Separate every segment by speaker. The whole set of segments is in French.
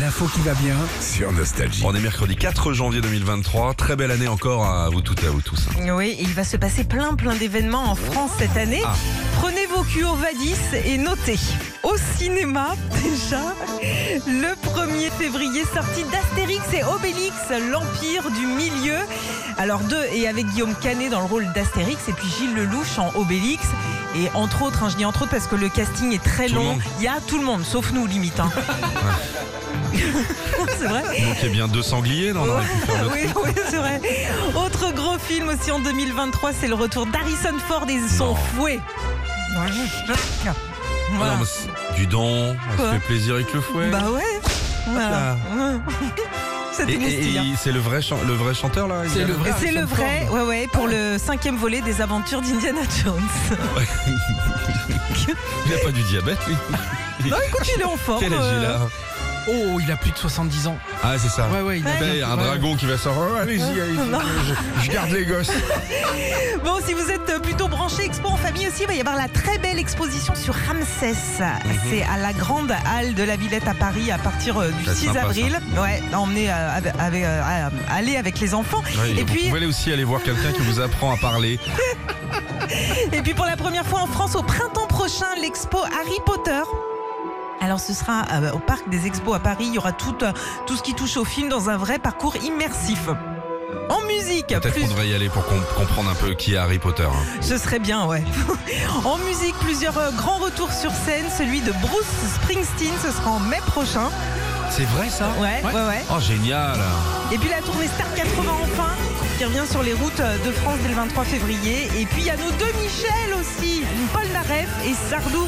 Speaker 1: l'info qui va bien.
Speaker 2: sur Nostalgie.
Speaker 3: On est mercredi 4 janvier 2023. Très belle année encore à vous toutes et à vous tous.
Speaker 4: Oui, il va se passer plein plein d'événements en France cette année.
Speaker 3: Ah.
Speaker 4: Prenez vos culs au Vadis et notez. Au cinéma, déjà, le 1er février, sortie d'Astérix et Obélix, l'Empire du Milieu. Alors deux, et avec Guillaume Canet dans le rôle d'Astérix et puis Gilles Lelouch en Obélix. Et entre autres, hein, je dis entre autres parce que le casting est très
Speaker 3: Tout le
Speaker 4: long.
Speaker 3: monde.
Speaker 4: Il y a tout le monde, sauf nous, limite. hein. C'est vrai
Speaker 3: Donc il y a bien deux sangliers dans
Speaker 4: Ouais, Ah oui, oui, c'est vrai. Autre gros film aussi en 2023, c'est le retour d'Harrison Ford et son
Speaker 3: Non.
Speaker 4: fouet. Ah
Speaker 3: Ah
Speaker 4: Voilà.
Speaker 3: Du don, on
Speaker 4: Quoi
Speaker 3: se fait plaisir avec le fouet.
Speaker 4: Bah ouais. Voilà.
Speaker 3: et
Speaker 4: C'était
Speaker 3: et- et
Speaker 4: moustillard.
Speaker 3: c'est le vrai, chan- le vrai chanteur là il
Speaker 1: C'est
Speaker 3: a-
Speaker 1: le vrai.
Speaker 4: hein. C'est le
Speaker 1: Harrison
Speaker 4: vrai, ouais, ouais, pour le cinquième volet des aventures d'Indiana Jones.
Speaker 3: Il a pas du diabète lui.
Speaker 4: Non, écoute, il est en forme.
Speaker 3: Quel âge il
Speaker 4: euh,
Speaker 3: a
Speaker 1: Oh, il a plus de 70 ans.
Speaker 3: Ah c'est ça.
Speaker 1: Ouais, ouais, il a
Speaker 3: Tu sais, un
Speaker 1: Ouais.
Speaker 3: dragon qui va sortir. Oh, allez-y, allez-y, je, je garde les gosses.
Speaker 4: Bon, si vous êtes euh, plutôt branché expo en famille aussi, il va y avoir la très belle exposition sur Ramsès.
Speaker 3: Mhm.
Speaker 4: C'est à la grande halle de la Villette à Paris à partir euh,
Speaker 3: Ça Mhm.
Speaker 4: du
Speaker 3: va être
Speaker 4: 6
Speaker 3: sympa,
Speaker 4: avril. Ouais, emmener euh, avec, avec, euh, à- aller avec les enfants.
Speaker 3: Oui,
Speaker 4: et
Speaker 3: vous
Speaker 4: puis,
Speaker 3: pouvez aller aussi aller voir quelqu'un qui vous apprend à parler.
Speaker 4: et puis pour la première fois en France au printemps prochain, l'expo Harry Potter. Alors ce sera euh, au parc des expos à Paris. Il y aura tout, euh, tout ce qui touche au film dans un vrai parcours immersif. En musique,
Speaker 3: Peut-être
Speaker 4: plus
Speaker 3: qu'on devrait y aller pour com- comprendre un peu qui est Harry Potter. hein.
Speaker 4: Ce serait bien, ouais. en musique, plusieurs euh, grands retours sur scène. Celui de Bruce Springsteen, ce sera en mai prochain.
Speaker 3: C'est vrai ça
Speaker 4: Ouais, ouais, ouais.
Speaker 3: Oh génial
Speaker 4: Et puis la tournée Star 80 enfin, qui revient sur les routes euh, de France dès le 23 février. Et puis il y a nos deux Michel aussi, Paul Naref et Sardou.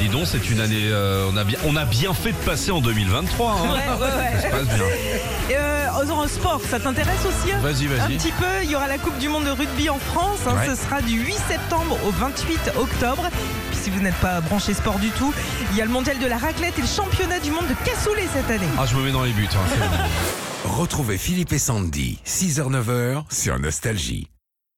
Speaker 3: Dis donc, c'est une année. euh, on, a bien, on a bien fait de passer en 2023.
Speaker 4: Ouais,
Speaker 3: Hein. Ça
Speaker 4: ouais,
Speaker 3: se passe bien.
Speaker 4: ouais. Euh, en sport, ça t'intéresse aussi hein
Speaker 3: Vas-y,
Speaker 4: un
Speaker 3: vas-y.
Speaker 4: petit peu, il y aura la Coupe du Monde de rugby en France. hein.
Speaker 3: Ouais.
Speaker 4: Ce sera du 8 septembre au 28 octobre. Puis si vous n'êtes pas branché sport du tout, il y a le mondial de la raclette et le championnat du monde de cassoulet cette année.
Speaker 3: Ah, je me mets dans les buts. hein, c'est bon.
Speaker 2: Retrouvez Philippe et Sandy, 6h-9h sur Nostalgie.